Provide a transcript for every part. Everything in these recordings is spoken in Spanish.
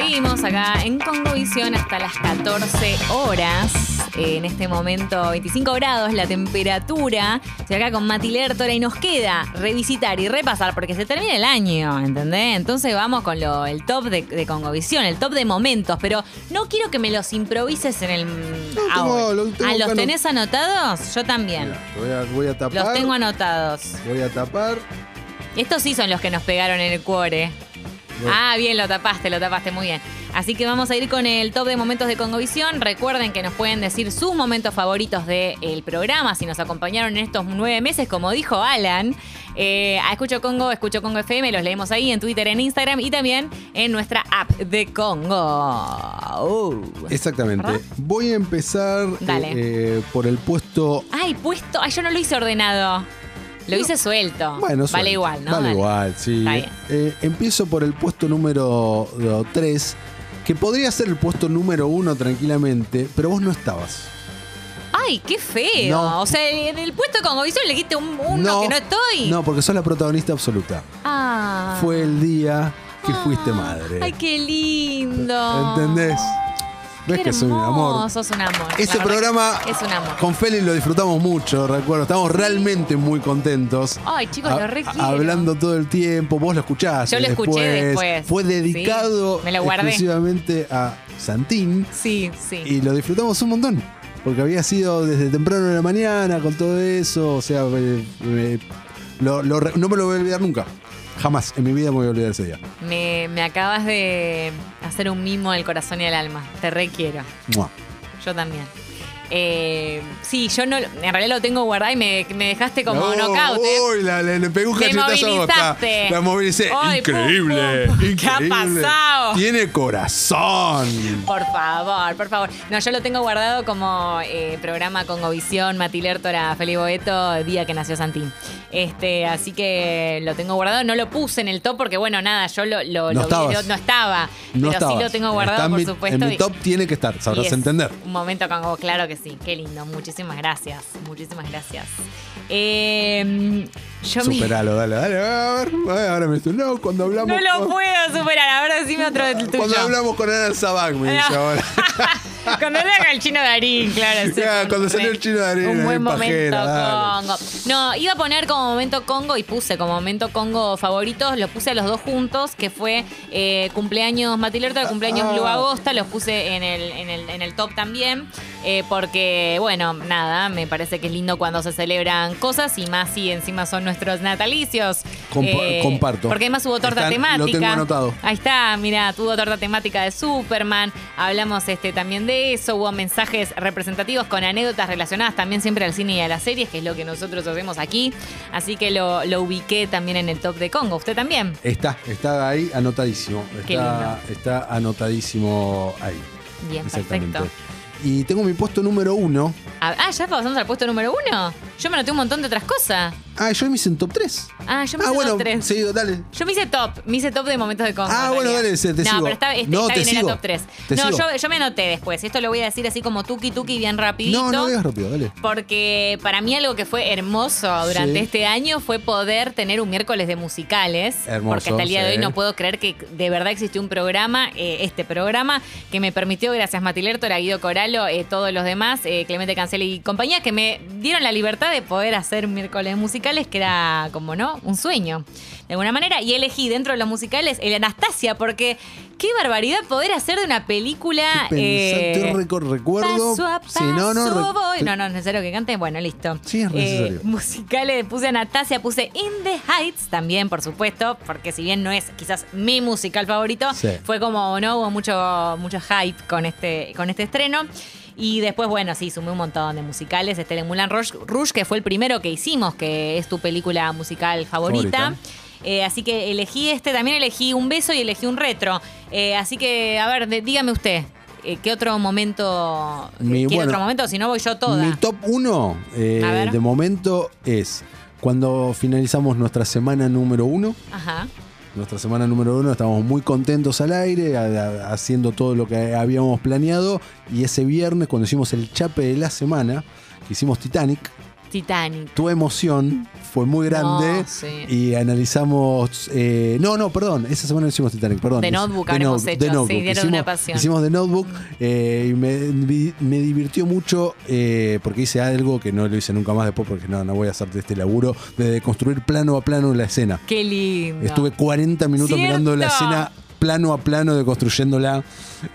Seguimos acá en Congovisión hasta las 14 horas. En este momento 25 grados la temperatura. Estoy acá con Mati Lertora y nos queda revisitar y repasar porque se termina el año, ¿entendés? Entonces vamos con lo, el top de, de Congovisión, el top de momentos, pero no quiero que me los improvises en el... tengo- ahora. lo tengo ¿Ah, acá, ¿Los no- tenés anotados? Yo también. Mira, voy, a, voy a tapar. Los tengo anotados. Voy a tapar. Estos sí son los que nos pegaron en el cuore. Bueno. Ah, bien, lo tapaste, lo tapaste, muy bien. Así que vamos a ir con el top de momentos de Congovisión. Recuerden que nos pueden decir sus momentos favoritos del programa, si nos acompañaron en estos nueve meses, como dijo Alan. Eh, a Escucho Congo, Escucho Congo FM, los leemos ahí en Twitter, en Instagram y también en nuestra app de Congo. Uh. Eh. Exactamente. ¿Verdad? Voy a empezar Dale. eh, eh, por el puesto. Ay, puesto. Ay, yo no lo hice ordenado. Lo hice suelto. Bueno, Vale suelto. igual, ¿no? Vale, Dale. igual, sí. Está bien. Eh, empiezo por el puesto número 3, que podría ser el puesto número 1 tranquilamente, pero vos no estabas. Ay, qué feo. No. O sea, en el puesto de Congovisión le quité un, uno que no estoy. No, porque sos la protagonista absoluta. Ah. Fue el día que Ah. fuiste madre. Ay, qué lindo. ¿Entendés? Qué ¿Ves que soy un hermoso, amor? Sos un amor. Este La verdad programa que Es un amor. con Feli lo disfrutamos mucho, recuerdo. Estamos realmente muy contentos. Ay, chicos, Ha- lo re quiero. Hablando todo el tiempo, vos lo escuchaste. Yo lo escuché después. Fue dedicado Sí, me lo guardé. exclusivamente a Santín Sí, sí. y lo disfrutamos un montón. Porque había sido desde temprano de la mañana con todo eso. O sea, me- me- lo- lo re- no me lo voy a olvidar nunca. Jamás en mi vida me voy a olvidar ese día. Me, me acabas de hacer un mimo del corazón y del alma. Te re quiero. Mua. Yo también. Eh, sí, yo no. En realidad lo tengo guardado y me, me dejaste como No, knockout. ¿eh? Uy, la- le, le pegué un Me cachetazo a Bosta. movilizaste. La movilicé. Ay, pum, increíble, pum, pum. ¿Qué ha increíble. pasado? Tiene corazón. Por favor, por favor. No, yo lo tengo guardado como eh, programa Congovisión, Mati Lertora, Feli Boeto, día que nació Santín. Este, así que lo tengo guardado. No lo puse en el top porque, bueno, nada, yo lo, lo, No lo vi, estabas. no estaba. No pero estabas. sí lo tengo guardado, Está en por mi- supuesto. En mi y- top tiene que estar, sabrás y es entender. Un momento con vos, claro que sí. Qué lindo. Muchísimas gracias. Muchísimas gracias. Eh, yo me- Superalo, dale, dale. A ver, Ay, ahora me estoy loco cuando hablamos. No lo con- puedo superar. Ahora decime otro del tuyo. Cuando hablamos con Ana Sabac, me dice No. ahora. Cuando salga el chino Darín, claro. sí, Ah, un cuando salió re- el chino Darín, Un buen ahí, pajera, momento dale. Congo. No, iba a poner como momento Congo y puse como momento Congo favoritos. Los puse a los dos juntos, que fue eh, cumpleaños Matilerta, cumpleaños Ah. Blue Agosta. Los puse en el, en el, en el top también. eh, porque, bueno, nada, me parece que es lindo cuando se celebran cosas y más si encima son nuestros natalicios. Eh, Compa- comparto. Porque además hubo torta Están- temática. lo tengo anotado. Ahí está, mira, tuvo torta temática de Superman, hablamos este, también de eso, hubo mensajes representativos con anécdotas relacionadas también siempre al cine y a las series, que es lo que nosotros hacemos aquí, así que lo, lo ubiqué también en el top de Congo, usted también. Está, está ahí anotadísimo. Qué Está, está anotadísimo ahí. Bien, Exactamente. perfecto. Y tengo mi puesto número uno. Ah, ah, ya pasamos al puesto número uno. Yo me anoté un montón de otras cosas. Ah, yo me hice en top 3. Ah, yo me ah, hice bueno, top tres. sí, dale. Yo me hice top, me hice top de momentos de Congo. Ah, en bueno, realidad. dale, se- te no, sigo. pero está, este- No, está te bien, era sigo. top 3. Te no, sigo. yo, yo me anoté después. Esto lo voy a decir así como tuki tuki, bien rapidito. No, no digas rápido, dale. Porque para mí algo que fue hermoso durante Sí. este año fue poder tener un miércoles de musicales. Hermoso, porque hasta el día de hoy sí. no puedo creer que de verdad existió un programa, eh, este programa, que me permitió, gracias Matilerto, a Guido Coralo, eh, todos los demás, eh, Clemente Cancel y compañía, que me dieron la libertad de poder hacer miércoles musicales, que era, como no, un sueño. De alguna manera, y elegí dentro de los musicales el Anastasia, porque qué barbaridad poder hacer de una película. eh, Pensate, recu- recuerdo. Paso a paso Sí, no, no, re- voy. No, no, es necesario que cante. Bueno, listo. Eh, Sí, es necesario. musicales, puse a Natasia, puse In the Heights también, por supuesto, porque si bien no es quizás mi musical favorito, Sí. fue como, no, hubo mucho, mucho hype con este, con este estreno. Y después, bueno, sí, sumé un montón de musicales. Este de Mulan Rouge, Rouge, que fue el primero que hicimos, que es tu película musical favorita. Favorita. Eh, así que elegí este, también elegí un beso y elegí un retro. Eh, así que, a ver, de- dígame usted, eh, ¿qué otro momento? Mi- ¿Quiere bueno, otro momento? Si no, voy yo toda. Mi top 1 A ver. de momento es cuando finalizamos nuestra semana número 1. Ajá. Nuestra semana número 1, estamos muy contentos al aire, a- a- haciendo todo lo que habíamos planeado. Y ese viernes, cuando hicimos el chape de la semana, que hicimos Titanic, Titanic. tu emoción fue muy grande No, sí. y analizamos. eh, no, no, perdón, esa semana no hicimos Titanic, perdón. The Hic- Notebook The habremos Note- hecho, The sí, Notebook. Diario de hicimos, una Pasión. Hicimos The Notebook eh, y me, vi- me divirtió mucho eh, porque hice algo que no lo hice nunca más después porque no, no voy a hacerte este laburo, de construir plano a plano la escena. Qué lindo. Estuve 40 minutos ¡Cierto! mirando la escena plano a plano, deconstruyéndola.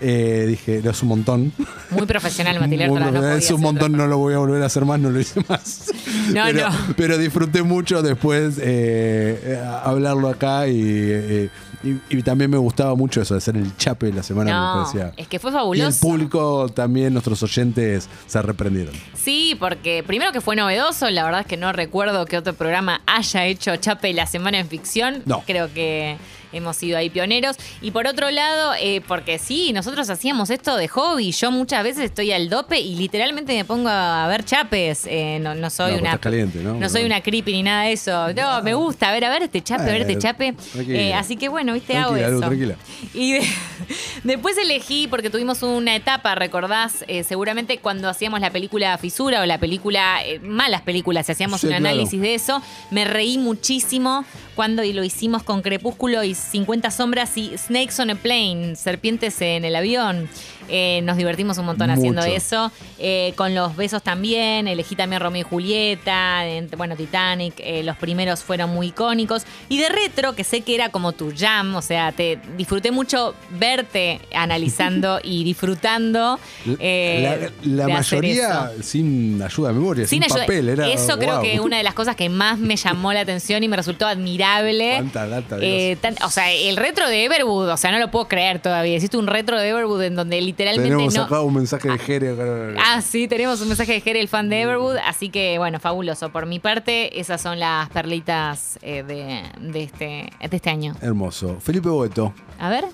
Eh, dije, lo es un montón. Muy profesional, Muy Matilerto. bueno, es un montón, no lo voy a volver a hacer más, no lo hice más. No, pero, no. pero disfruté mucho después eh, eh, a- hablarlo acá y, eh, y- y también me gustaba mucho eso de hacer el chape la semana me No, parecía. es que fue Y el fabuloso. público también, nuestros oyentes, se reprendieron. Sí, porque primero que fue novedoso, la verdad es que no recuerdo que otro programa haya hecho Chape la semana en ficción. No. Creo que hemos sido ahí pioneros. Y por otro lado, eh, porque sí, nosotros hacíamos esto de hobby. Yo muchas veces estoy al dope y literalmente me pongo a ver chapes. Eh, no, no soy No, vos una. estás caliente, ¿no? soy una creepy ni nada de eso. No, me gusta. A ver, a ver este chape, a ver Eh, este chape. tranquila. Eh, así que bueno, viste, hago Tranquila, eso. Lu, tranquila. Y de- después elegí, porque tuvimos una etapa, recordás, eh, seguramente cuando hacíamos la película Fisura o la película, eh, malas películas, si hacíamos Sí, un claro. análisis de eso, me reí muchísimo cuando y lo hicimos con Crepúsculo y 50 sombras y Snakes on a Plane, serpientes en el avión. Eh, nos divertimos un montón haciendo Mucho. eso. Eh, con los besos también, elegí también Romeo y Julieta, en- bueno, Titanic, eh, los primeros fueron muy icónicos. Y de retro, que sé que era como tu jam, o sea, te disfruté mucho verte analizando y disfrutando. eh, la la de hacer mayoría eso. sin ayuda de memoria, sin, Sin ayuda. papel. Era, Eso creo wow. que una de las cosas que más me llamó la atención y me resultó admirable. Cuánta data, Eh, tan- o sea, el retro de Everwood, o sea, no lo puedo creer todavía. Hiciste un retro de Everwood en donde literalmente Tenemos no. acá un mensaje de Jerez. Ah, sí, tenemos un mensaje de Jerry, el fan de Everwood. Así que, bueno, fabuloso. Por mi parte, esas son las perlitas eh, de, de este, de este año. Hermoso. Felipe Boeto, A ver.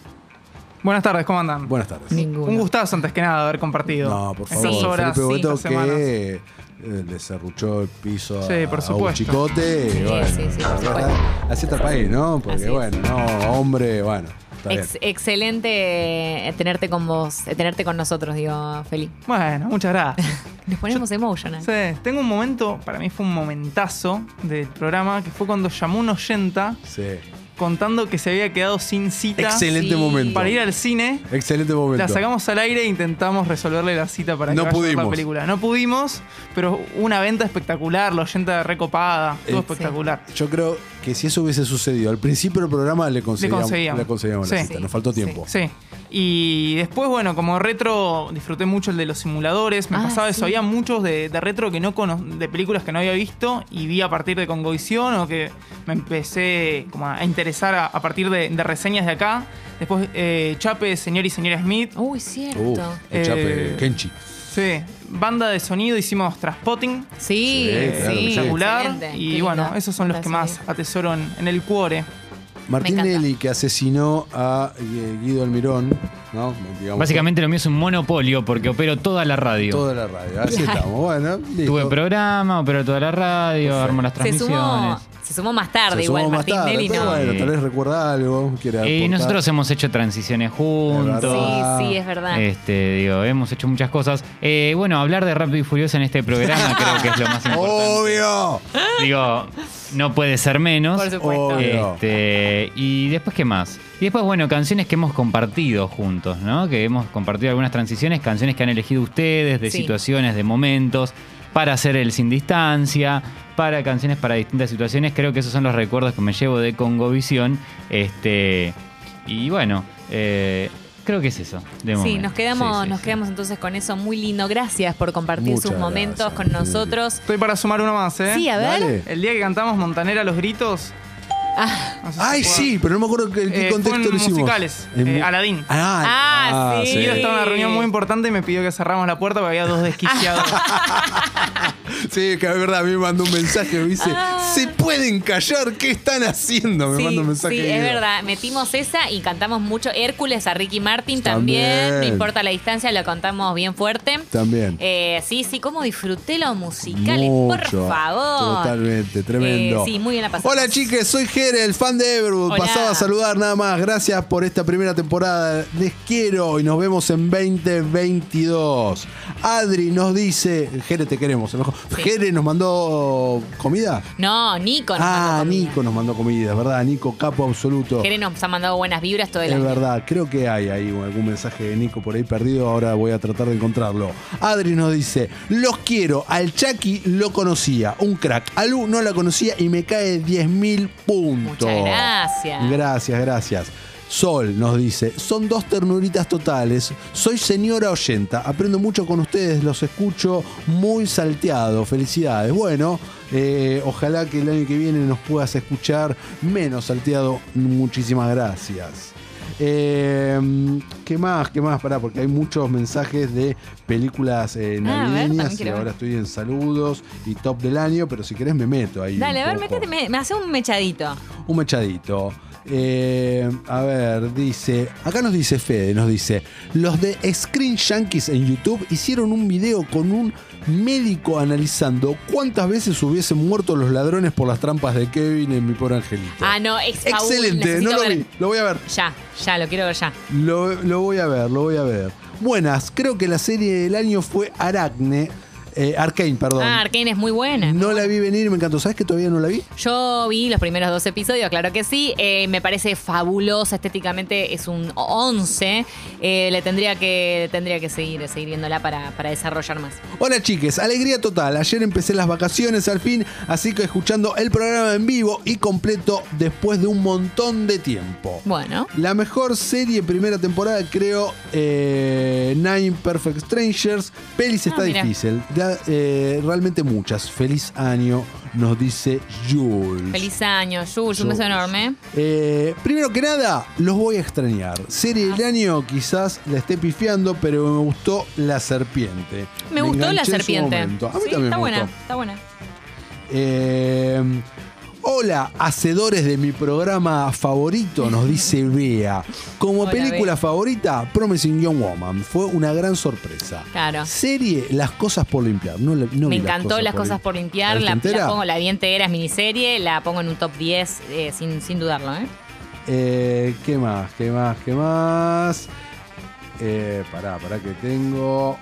Buenas tardes, ¿cómo andan? buenas tardes. Ninguno. Un gustazo antes que nada haber compartido. No, por favor. Esas horas, Felipe Boeto cinco semanas. que eh, le serruchó el piso a- Sí, por a un supuesto. chicote. y Sí, bueno, sí, sí, por así supuesto. está- Así está el país, ¿no? Porque Así es. bueno, no, hombre, bueno. Está bien. Ex- excelente eh, tenerte con vos, eh, tenerte con nosotros, digo, Feli. Bueno, muchas gracias. Nos ponemos emotional. Sí, tengo un momento, para mí fue un momentazo del programa, que fue cuando llamó un oyenta Sí. contando que se había quedado sin cita Excelente Sí. momento. para ir al cine. Excelente momento. La sacamos al aire e intentamos resolverle la cita para que No vaya a ver pudimos. la película. No pudimos, pero una venta espectacular, la oyenta recopada, todo Eh, espectacular. Yo creo que si eso hubiese sucedido al principio del programa le conseguíamos, conseguíamos. le conseguíamos la Sí. cita. Nos faltó Sí. tiempo. Sí. Y después, bueno, como retro, disfruté mucho el de los simuladores. Me Ah, pasaba sí. eso. Había muchos de, de retro que no cono- de películas que no había visto y vi a partir de Congoición o que me empecé como a interesar a, a partir de, de reseñas de acá. Después, eh, Chape, Señor y Señora Smith. Uy, cierto. Uh, el Eh, chape, Kenchi. Sí. Banda de sonido, hicimos Traspotting. Sí, Sí, Eh, claro, sí, espectacular. excelente. Qué Y lindo. bueno, esos son los que Gracias, más atesoro en, en el cuore. Martín encanta. Nelly que asesinó a eh, Guido Almirón, ¿no? Digamos, Básicamente lo mío es un monopolio porque opero toda la radio. Toda la radio. Así estamos. Bueno, listo. Tuve programa, opero toda la radio, armo las Se sumó, transmisiones. se sumó más tarde, Se sumó igual más Martín tarde, Nelly pero no. bueno, Sí. tal vez recuerda algo. quiera Y aportar. Eh, nosotros hemos hecho transiciones juntos. verdad. Sí, sí, es verdad. Este, digo, hemos hecho muchas cosas. Eh, bueno, hablar de Rápido y Furioso en este programa creo que es lo más importante. ¡Obvio! Digo, no puede ser menos. Por supuesto. Obvio. Este, y después, ¿qué más? Y después, bueno, canciones que hemos compartido juntos, ¿no? Que hemos compartido algunas transiciones, canciones que han elegido ustedes, de Sí. situaciones, de momentos, para hacer el sin distancia, para canciones para distintas situaciones. Creo que esos son los recuerdos que me llevo de Congovisión. Este, y bueno, eh, creo que es eso. De Sí, momento. nos quedamos, Sí, sí, nos sí. quedamos entonces con eso. Muy lindo. Gracias por compartir Muchas sus momentos gracias, con Nelly. nosotros. Estoy para sumar uno más, ¿eh? Sí, a ver. Dale. El día que cantamos Montanera a los gritos. Ah, no sé si Ay, se puede- sí, pero no me acuerdo en qué Eh, contexto fue en lo hicimos. musicales, eh, mu- Aladdin. Ah, sí. Guido Sí. estaba en una reunión muy importante y me pidió que cerramos la puerta porque había dos desquiciados. Sí, que es verdad, a mí me mandó un mensaje, me dice, Ah. ¿se pueden callar? ¿Qué están haciendo? Me sí, manda un mensaje. sí, Guido. es verdad. Metimos esa y cantamos mucho Hércules a Ricky Martin también. También. No importa la distancia, lo cantamos bien fuerte. También. Eh, sí, sí, cómo disfruté los musicales, Mucho. por favor. Totalmente, tremendo. Eh, sí, muy bien la pasamos. Hola chiques, soy Jere, el fan de Everwood. Hola. Pasaba a saludar nada más. Gracias por esta primera temporada. Les quiero y nos vemos en 2022. Adri nos dice, Jere, te queremos. el mejor. Jere nos mandó comida. No, Nico. nos mandó Ah, comida. Nico nos mandó comida, ¿verdad? Nico, capo absoluto. Jere nos ha mandado buenas vibras todo el Es año. verdad, creo que hay ahí algún mensaje de Nico por ahí perdido, ahora voy a tratar de encontrarlo. Adri nos dice, los quiero, al Chucky lo conocía, un crack, a Lu no la conocía y me cae 10 mil puntos. Muchas gracias. Gracias, gracias. Sol nos dice, son dos ternuritas totales, soy señora oyenta, aprendo mucho con ustedes, los escucho muy salteado, felicidades. Bueno, eh, ojalá que el año que viene nos puedas escuchar menos salteado, muchísimas gracias. Eh, ¿Qué más? ¿Qué más? Pará, porque hay muchos mensajes de películas eh, Ah, a ver, también navideñas y quiero ver. ahora estoy en saludos y top del año, pero si querés me meto ahí. Dale, a un ver, poco. métete, me, me hace un mechadito. Un machadito. Eh, a ver, dice. Acá nos dice Fede, nos dice. Los de Screen Yankees en YouTube hicieron un video con un médico analizando cuántas veces hubiesen muerto los ladrones por las trampas de Kevin en mi pobre angelito. Ah, no, ex Excelente, no lo vi, lo voy a ver. Ya, ya, lo quiero ver ya. Lo, lo voy a ver, lo voy a ver. Buenas, creo que la serie del año fue Aracne. Eh, Arcane, perdón. Ah, Arkane es muy buena. no la vi venir, me encantó. ¿Sabes que todavía no la vi? Yo vi los primeros dos episodios, claro que sí. Eh, me parece fabulosa estéticamente, es un 11. Eh, le tendría que tendría que seguir, seguir viéndola para, para desarrollar más. Hola chiques, alegría total. Ayer empecé las vacaciones al fin, así que escuchando el programa en vivo y completo después de un montón de tiempo. Bueno, La mejor serie primera temporada creo eh, Nine Perfect Strangers. Pelis está Ah, mira. difícil. Da, eh, realmente muchas. Feliz año, nos dice Jules. feliz año, Jules, Pues un beso Jules. enorme. Eh, primero que nada, los voy a extrañar. Serie Ah. del año quizás la esté pifiando, pero me gustó La Serpiente. Me, gustó enganché la en su serpiente. momento. A mí Sí, también está me buena, gustó. está buena. Eh, hola, hacedores de mi programa favorito, nos dice Bea. Como Hola, película Bea. favorita, Promising Young Woman. Fue una gran sorpresa. Claro. Serie, Las Cosas por Limpiar. No, la- no me vi encantó las cosas por limpiar, la, viste entera? la pongo la bien entera, es miniserie, la pongo en un top 10 eh, sin, sin dudarlo, ¿eh? Eh, ¿Qué más? ¿Qué más? ¿Qué más? Eh, pará, pará que tengo.